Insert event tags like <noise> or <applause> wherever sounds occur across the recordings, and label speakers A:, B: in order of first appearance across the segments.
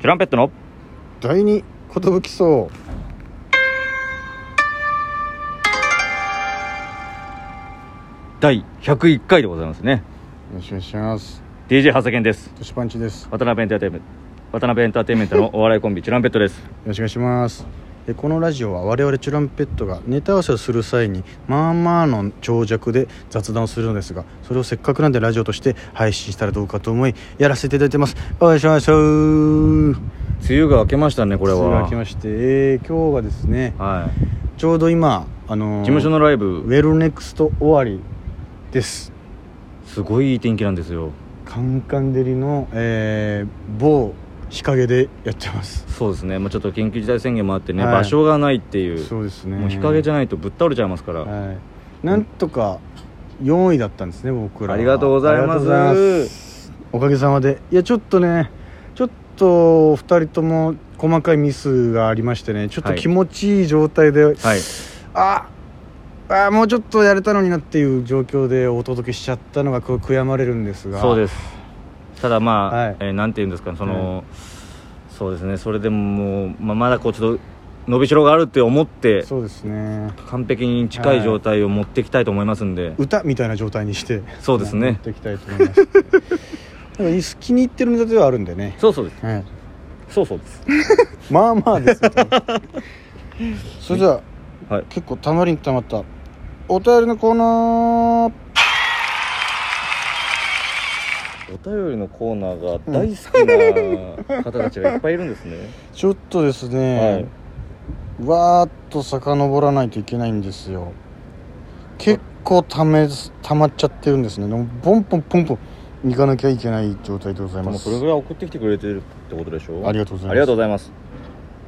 A: トランペットの
B: 第二寿荘
A: 第101回でございますね
B: よろしくお願いします
A: DJ 長谷健です
B: トシパンチですよ
A: 渡辺エンターテイメント渡辺エンターテインメントのお笑いコンビチュランペットです
B: ろしくお願いしますえこのラジオは我々チュランペットがネタ合わせをする際にまあまあの長尺で雑談をするのですがそれをせっかくなんでラジオとして配信したらどうかと思いやらせていただいてますお願いします
A: 梅雨が明けましたねこれ
B: 失礼
A: は
B: が来まして、えー今日がですね
A: はい
B: ちょうど今あのー
A: 事務所のライ
B: ウ
A: ブ
B: ェルネクスト終わりです
A: すごいいい天気なんですよ
B: カンカン照りの、えー某日陰でやってます
A: そうですねもうちょっと緊急事態宣言もあってね、
B: はい
A: 場所がないっていう
B: そうですね
A: もう日陰じゃ
B: ゃ
A: ないとぶっ倒れちゃいますから、
B: はい、なんとか4位だったんですね僕らは
A: ありがとうございます
B: ありがとうございますおかげさまでいやちょっとねちょっと2人とも細かいミスがありましてねちょっと
A: はい
B: 気持ちいい状態で、
A: はい
B: ああもうちょっとやれたのになっていう状況でお届けしちゃったのがこう悔やまれるんですが
A: そうですただまあ、
B: はい
A: えーなんていうんですかねその、そうですねそれでももう、まあ、まだこうちょっと伸びしろがあるって思って
B: そうですね
A: 完璧に近
B: はい
A: い状態を持っていきたいと思いますんで、
B: 歌みたいな状態にして
A: そうですね
B: やっていきたいと思います <laughs> なんか気に入ってるネタではあるんでね、
A: そうそうです
B: はい、
A: そうそうです
B: まあまあですみたいなそれじゃあ
A: <laughs> はい
B: 結構たまりにたまったお便りのコーナー
A: お便りのコーナーが大好きな方たちがいっぱいいるんですね、
B: ちょっとですね、わーっと遡らないといけないんですよ結構ためたまっちゃってるんですねでもボンポンポンポンいかなきゃいけない状態でござい
A: で
B: ま
A: も
B: す
A: それぐらい送ってきてくれてるってことでしょ
B: ありがとうございます
A: ありがとうございます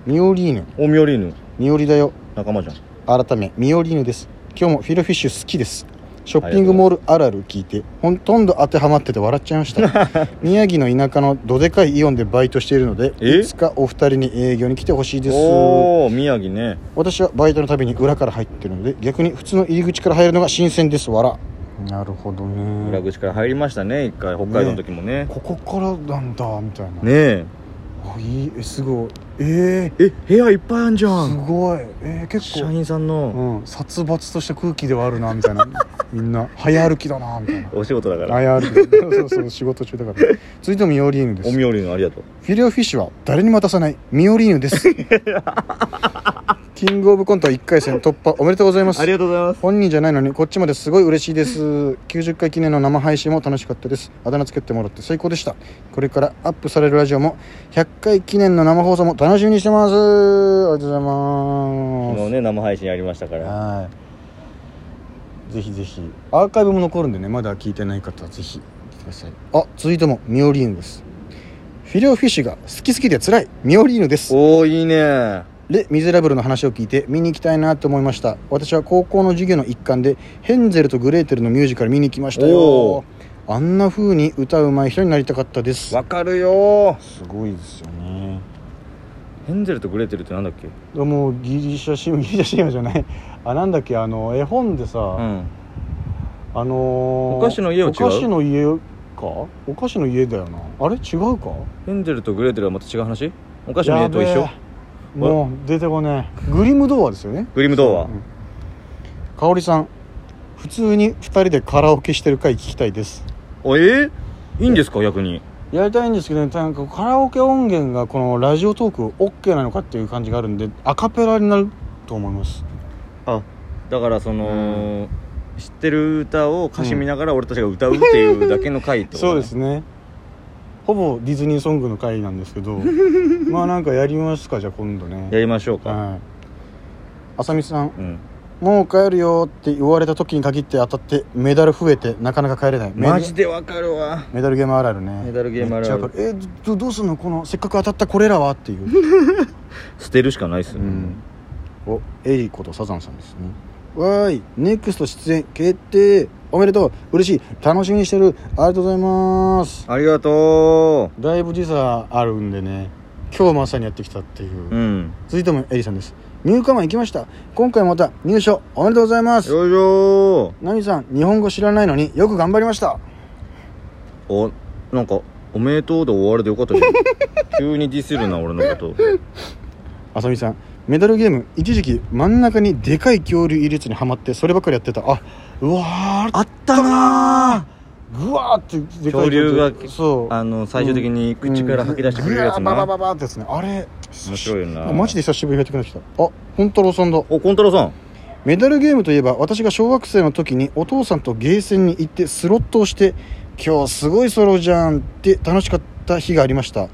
B: ミオリーヌ
A: オミオリーヌ
B: ミオリだよ
A: 仲間じゃん
B: 改めミオリーヌです今日もフィロフィッシュ好きですショッピングモールあるある聞いてほんとんど当てはまってて笑っちゃいました <laughs> 宮城の田舎のどでかいイオンでバイトしているので
A: え
B: いつかお二人に営業に来てほしいです
A: おお宮城ね
B: 私はバイトのたびに裏から入ってるので逆に普通の入り口から入るのが新鮮です笑なるほど
A: 裏
B: ね
A: 口から入りましたね一回北海道の時もね
B: ここからなんだみたいな
A: ねえ
B: あいいえすごいえ
A: え部屋いっぱいあんじゃ
B: ー、す
A: ん
B: ごいえー、結
A: 社
B: 構
A: 員さんの
B: うん、殺伐とした空気ではあるなみたいなみんな早歩きだなみたいな
A: お仕事だから
B: 早歩きそうそう仕事中だから続いてもミオリーヌです
A: お
B: フ
A: みおりのありがとう
B: ィレオフィッシュは誰にも渡さないミオリーヌです
A: <laughs>
B: キングオブコント1回戦突破おめでとうございます
A: がとうございます
B: 本人じゃないのにこっちまですごい嬉しいです90回記念の生配信も楽しかったですあだ名つけてもらって最高でしたこれからアップされるラジオも100回記念の生放送も楽しみにしてますありがとうございます
A: 昨日ね生配信やりましたから
B: はい。ぜひぜひ。アーカイブも残るんでね、まだ聞いてない方はぜひ聞いてください。あ、続いてもミオリーヌです。フィレオフィッシュが好き好きで辛いミオリーヌです。
A: おおいいね
B: レ・ミゼラブルの話を聞いて見に行きたいなと思いました。私は高校の授業の一環でヘンゼルとグレーテルのミュージカル見に行きました
A: お
B: よ
A: ー。
B: あんな風に歌うまい人になりたかったです。
A: わかるよ
B: すごいですよね。
A: ヘンゼルとグレーテルってなんだっけ
B: もうギリシャ神話、ギリシャ神話じゃない。あ、なんだっけ、あの、絵本でさ、
A: うん
B: あのー、
A: お菓子の家を違う
B: お菓子の家かお菓子の家だよなあれ違うか
A: ヘンゼルとグレーテルはまた違う話お菓子の家と一
B: や
A: 緒
B: べえもう出てこねえグリム童話ですよね
A: グリム童話
B: うん香織さん普通に2人でカラオケしてる回聞きたいです
A: おえーいいんですか逆に
B: やりたいんですけどねなんかカラオケ音源がこのラジオトーク OK なのかっていう感じがあるんでアカペラになると思います
A: あだからその知ってる歌を歌詞見ながら俺たちが歌うっていうだけの回って <laughs> こと
B: そう
A: ね
B: ですねほぼディズニーソングの回なんですけ <laughs> どまあなんかやりますかじゃあ今度ね
A: やりましょうか
B: はい。あさみさん、
A: うん
B: もう帰るよって言われた時に限って当たってメダル増えてなかなか帰れない。メダ
A: マジでわかるわ
B: メダルゲームあるあるね。
A: メダルゲームあるある
B: めっちゃわかるえど、どうすんのこのせっかく当たったこれらはっていう。
A: 捨てるしかないっす
B: う
A: よね
B: ん。お、エリコとサザンさんですね。わーい、ネクスト出演決定おめでとう嬉しい楽しみにしてるありがとうございます
A: ありがと
B: だいぶ時差あるんでね、今日も朝にやってきたっていう。
A: ううん
B: 続いてもエリさんです。入館マン行きました。今回もまた入賞おめでとうございます
A: よいしょ
B: ナミさん日本語知らないのによく頑張りました
A: ーおなんかおめでとうで終わりでよかったじ <laughs> ゃん急にディスるな俺のこと
B: あさみさんメダルゲーム一時期真ん中にでかい恐竜いるやつにはまってそればっかりやってたあうわー
A: あったな
B: ぐわーってでかい
A: 恐竜が
B: そう
A: あの最終的に口から吐き出してくれるやつ
B: うんぐわ
A: な
B: ーババババってやつねあれ
A: 面白いよな
B: マジで久しぶりに入ってくなってきたあ本太郎さんだ
A: おコントロさん
B: メダルゲームといえば私が小学生の時にお父さんとゲーセンに行ってスロットをして今日すごいソロじゃんって楽しかった日がありました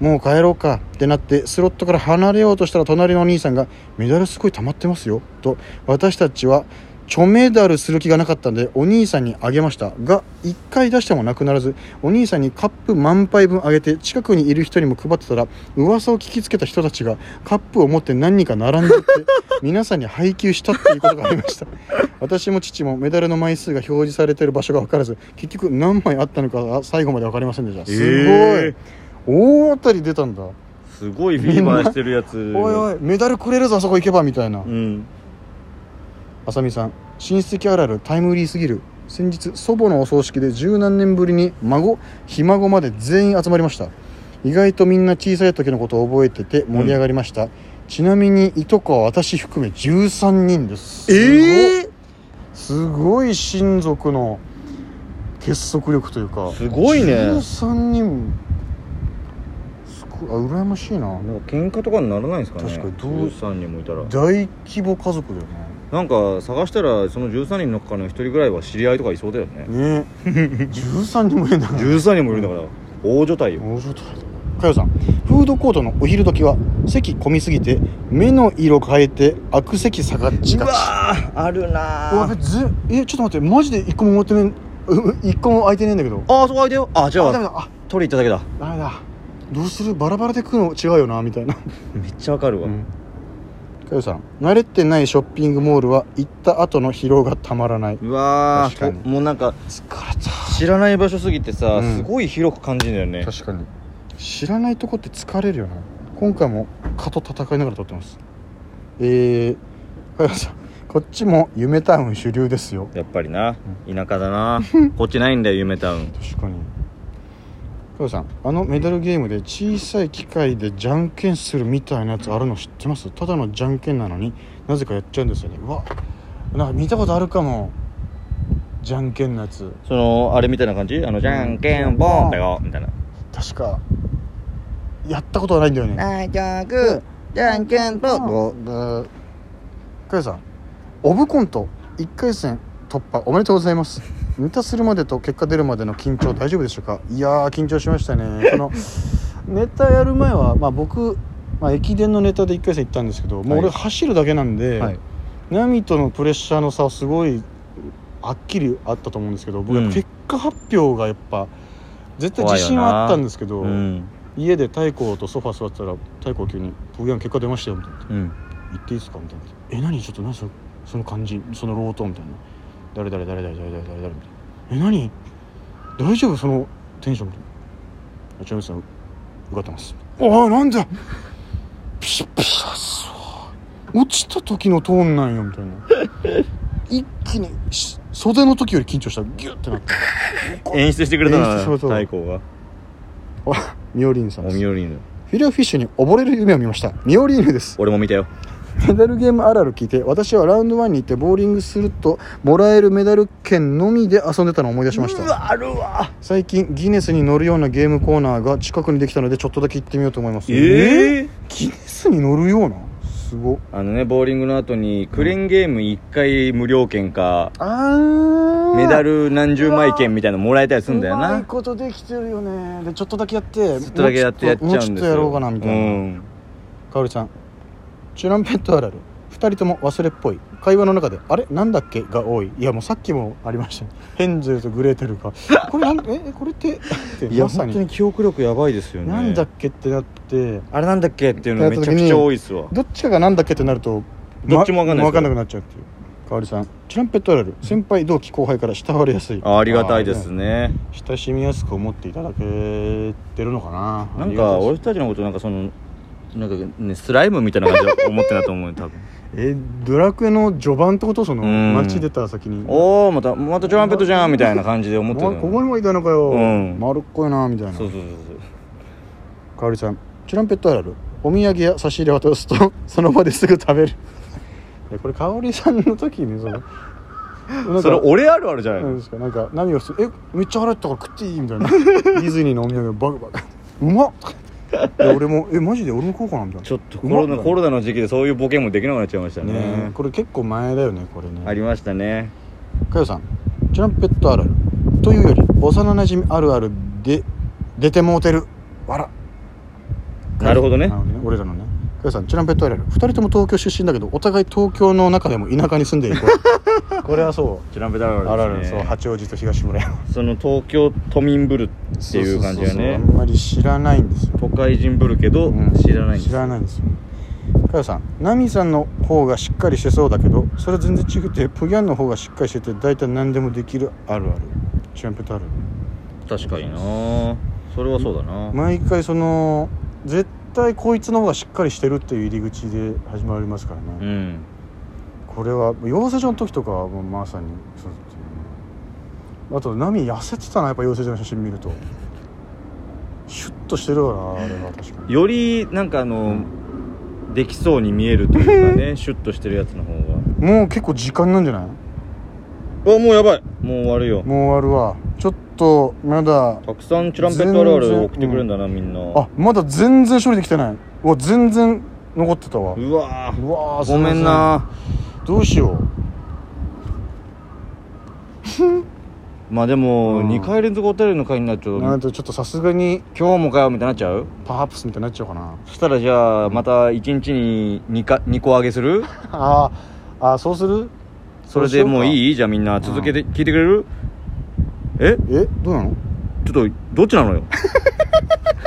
B: もう帰ろうかってなってスロットから離れようとしたら隣のお兄さんがメダルすごい溜まってますよと私たちはちょメダルする気がなかったんでお兄さんにあげましたが1回出してもなくならずお兄さんにカップ満杯分あげて近くにいる人にも配ってたら噂を聞きつけた人たちがカップを持って何人か
A: <laughs>
B: 並んでって皆さんに配給したっていうことがありました私も父もメダルの枚数が表示されている場所が分からず結局何枚あったのかが最後まで分かりませんでしたすごい、
A: えー
B: 大当たり出たんだお
A: すごいフィーバーしてるやつ
B: いおいメダルくれるぞあそこ行けばみたい
A: う
B: な
A: ん
B: あさみさん親戚あるあるタイムリーすぎる先日祖母のお葬式で十何年ぶりに孫ひ孫まで全員集まりました意外とみんな小さい時のことを覚えてて盛り上がりました、ちなみにいとこは私含め13人です
A: ええ
B: すごい親族の結束力というか
A: すごいね
B: 13人すごいあ羨ましいな
A: なんか喧嘩とかにならないんですかね
B: 確かにどう
A: 13人もいたら
B: 大規模家族だよね
A: なんか探したらその13人の中の1人ぐらいは知り合いとかいそうだよね
B: ね13人もいるんだから
A: 13人もいるんだから大所帯よ
B: 面白いかよさんフードコートのお昼時は席混みすぎて目の色変えて悪席下がっちがち
A: ーあるな
B: うわべずえちょっと待ってマジで一個も終わってねえうう <laughs> 一個も空いてねえんだけど
A: ああそこ開いてよあじゃ
B: あダメ
A: あ
B: だあ
A: 取り行っただけ
B: ダメだどうするバラバラで食うの違うよなみたいな
A: だめっちゃわかるわ、
B: かよさん慣れてないショッピングモールは行った後の疲労がたまらないう
A: わ
B: 確
A: ー
B: かに
A: おもうなんか
B: 疲れた
A: 知らない場所すぎてさ、
B: うん
A: すごい広く感じるんだよね
B: 確かに知らないとこって疲れるよな今回も蚊と戦いながら撮ってますえー、加山さんこっちも夢タウン主流ですよ
A: やっぱりな田舎だなこっちないんだよ夢タウン
B: 確かに加山さんあのメダルゲームで小さい機械でじゃんけんするみたいなやつあるの知ってますただのじゃんけんなのになぜかやっちゃうんですよねうわなんか見たことあるかもじゃんけんのやつ
A: そのあれみたいな感じあのじゃんけんぽんだよみたいな
B: 確かやったことはないんだよね
A: いじゃんくじゃんけんぽ
B: で加代さんオブコント1回戦突破おめでとうございますネタするまでと結果出るまでの緊張大丈夫でしょうかいやー緊張しましたねその <laughs> ネタやる前は、まあ、僕、まあ、駅伝のネタで1回戦行ったんですけど、もう
A: は
B: 俺
A: い
B: 走るだけなんで、
A: はい
B: ナミとのプレッシャーの差はすごいはっきりあったと思うんですけど僕
A: うん
B: は結果発表がやっぱ絶対自信はあったんですけど、
A: うん
B: 家で太鼓とソファ座ってたら太鼓急に「僕やん結果出ましたよ」みたいな。
A: うん
B: 行っていいですかみたいな「え何ちょっと何そのその感じそのロートン」みたいな「誰誰誰誰誰誰誰誰」みたいな「え何大丈夫そのテンション」みたいな「ちなみにさん受かってます」「ああなんだピシッピシャそう落ちた時のトーンなんよ」みたいな一気にし袖の時より緊張したギュッてなって
A: 演出してくれたな
B: 演出そうそう
A: 太鼓が
B: あミオリーヌさん
A: お
B: です
A: み
B: フ
A: よりぬ
B: ィレオフィッシュに溺れる夢を見ましたミオリーヌです
A: 俺も見たよ
B: メダルゲームあるある聞いて私はラウンド1に行ってボーリングするともらえるメダル券のみで遊んでたのを思い出しました
A: わあるわ
B: 最近ギネスに乗るようなゲームコーナーが近くにできたのでちょっとだけ行ってみようと思います
A: ええ
B: ギネスに乗るようなすご
A: あのねボーリングの後にクレーンゲーム1回無料券か
B: あー
A: メダル何十枚券みたいなのもらえたりすんだよ
B: うまい
A: な
B: ことできてるよねでちょっとだけやって
A: ずっとだけやってやっちゃうんですよ
B: もうちょっとやろうかなみたいな、
A: うん
B: かおりさんチュランペットあるある2人とも忘れっぽい会話の中で「あれなんだっけ?」が多いいやもうさっきもありましたねヘンゼルとグレーテルが「これなんえこれって」って
A: いや
B: まさ
A: 本当
B: に
A: に記憶力やばいですよ
B: 「
A: ね
B: なんだっけ?」ってなって
A: あれなんだっけっていうのめちゃくちゃ多いっすわ
B: どっちかが「なんだっけ?」ってなると
A: どっちもわかんない
B: わかんなくなっちゃうっていうかおりさんチュランペットあるある先輩同期後輩から慕われやすい
A: あありがたいです
B: あーね
A: ね
B: 親しみやすく思っていただけてるのかな
A: な
B: あ
A: ん
B: りがた
A: か
B: いです
A: 俺たちのことなんかそのなんかねスライムみたいな感じで思ってたと思うよ多分
B: えドラクエの序盤ってことその
A: うん
B: 街出た先にお
A: <laughs> おおまたまたトランペットじゃんみたいな感じで思ってた
B: 前ここにもいたのかよ、
A: うん
B: 丸っこいなみたいな
A: そうそうそう
B: かおりさんチュランペットあるあるお土産や差し入れ渡すと <laughs> その場ですぐ食べるいやこれかおりさんの時 <laughs> にその
A: そうそれ俺あるあるじゃない
B: な
A: の、
B: んですかなんか何をするえめっちゃ払ったから食っていいみたいなディズニーのお土産バクバクうまっいや俺もえマジで俺もこうかなみたいな
A: ちょっとコロ
B: うま
A: ナ
B: っ
A: コロナの時期でそういうボケもできなくなっちゃいましたね
B: ねえこれ結構前だよねこれね
A: ありましたね
B: かよさんチュランペットあるあるというより幼なじみあるあるで出てもうてるわら
A: なるほどね
B: なるほどね俺らのねかよさんチュランペットあるある2人とも東京出身だけどお互い東京の中でも田舎に住ん
A: <laughs>
B: でいこうこれはそ
A: トランペットあ
B: うある
A: る
B: あ
A: ある
B: る
A: です
B: そう
A: ね
B: 八王子と東村山っ
A: その東京都民ぶるっていう感じがね
B: あんまり知らないんですよ
A: 都会人ぶるけど
B: うん
A: 知らないんです
B: 知らないんですよかよさんナミさんの方がしっかりしてそうだけどそれ全然違くてプギャンの方がしっかりしてて大体何でもできるあるあるチュランペットあるある
A: 確かになそれはそうだな
B: 毎回その絶対こいつの方がしっかりしてるっていう入り口で始まりますから
A: う
B: ね、
A: ん
B: これは養成所の時とかはもうまさにそうですよねあと波痩せてたなやっぱ養成所の写真見るとシュッとしてるわなあれは確かに
A: よりなんかあのできそうに見えるというか
B: <laughs>
A: ねシュッとしてるやつの方が
B: もう結構時間なんじゃない
A: あもうやばいもう終わるよ
B: もう終わるわちょっとまだ
A: たくさんチュランペットあるあ
B: 全
A: る
B: 然
A: 送ってくれるんだなみんな
B: あまだ全然処理できてないうわ全然残ってたわ
A: うわー
B: うわーすい
A: ご
B: ませ
A: めんな
B: どうしよう
A: まあでも
B: うん
A: 2回連続お便りの回になっちゃう
B: な
A: 今
B: んとちょっとさすがに
A: 日もかよみたいになっちゃう
B: パーハプスみたいになっちゃう
A: <laughs>
B: かな
A: そしたらじゃあまた1日に 2, か2個上げする
B: あーあーそうする
A: それでもう
B: い
A: いいじゃあみんな続けて聞いてくれるえ
B: えどうなの
A: ちょっとどっちなのよ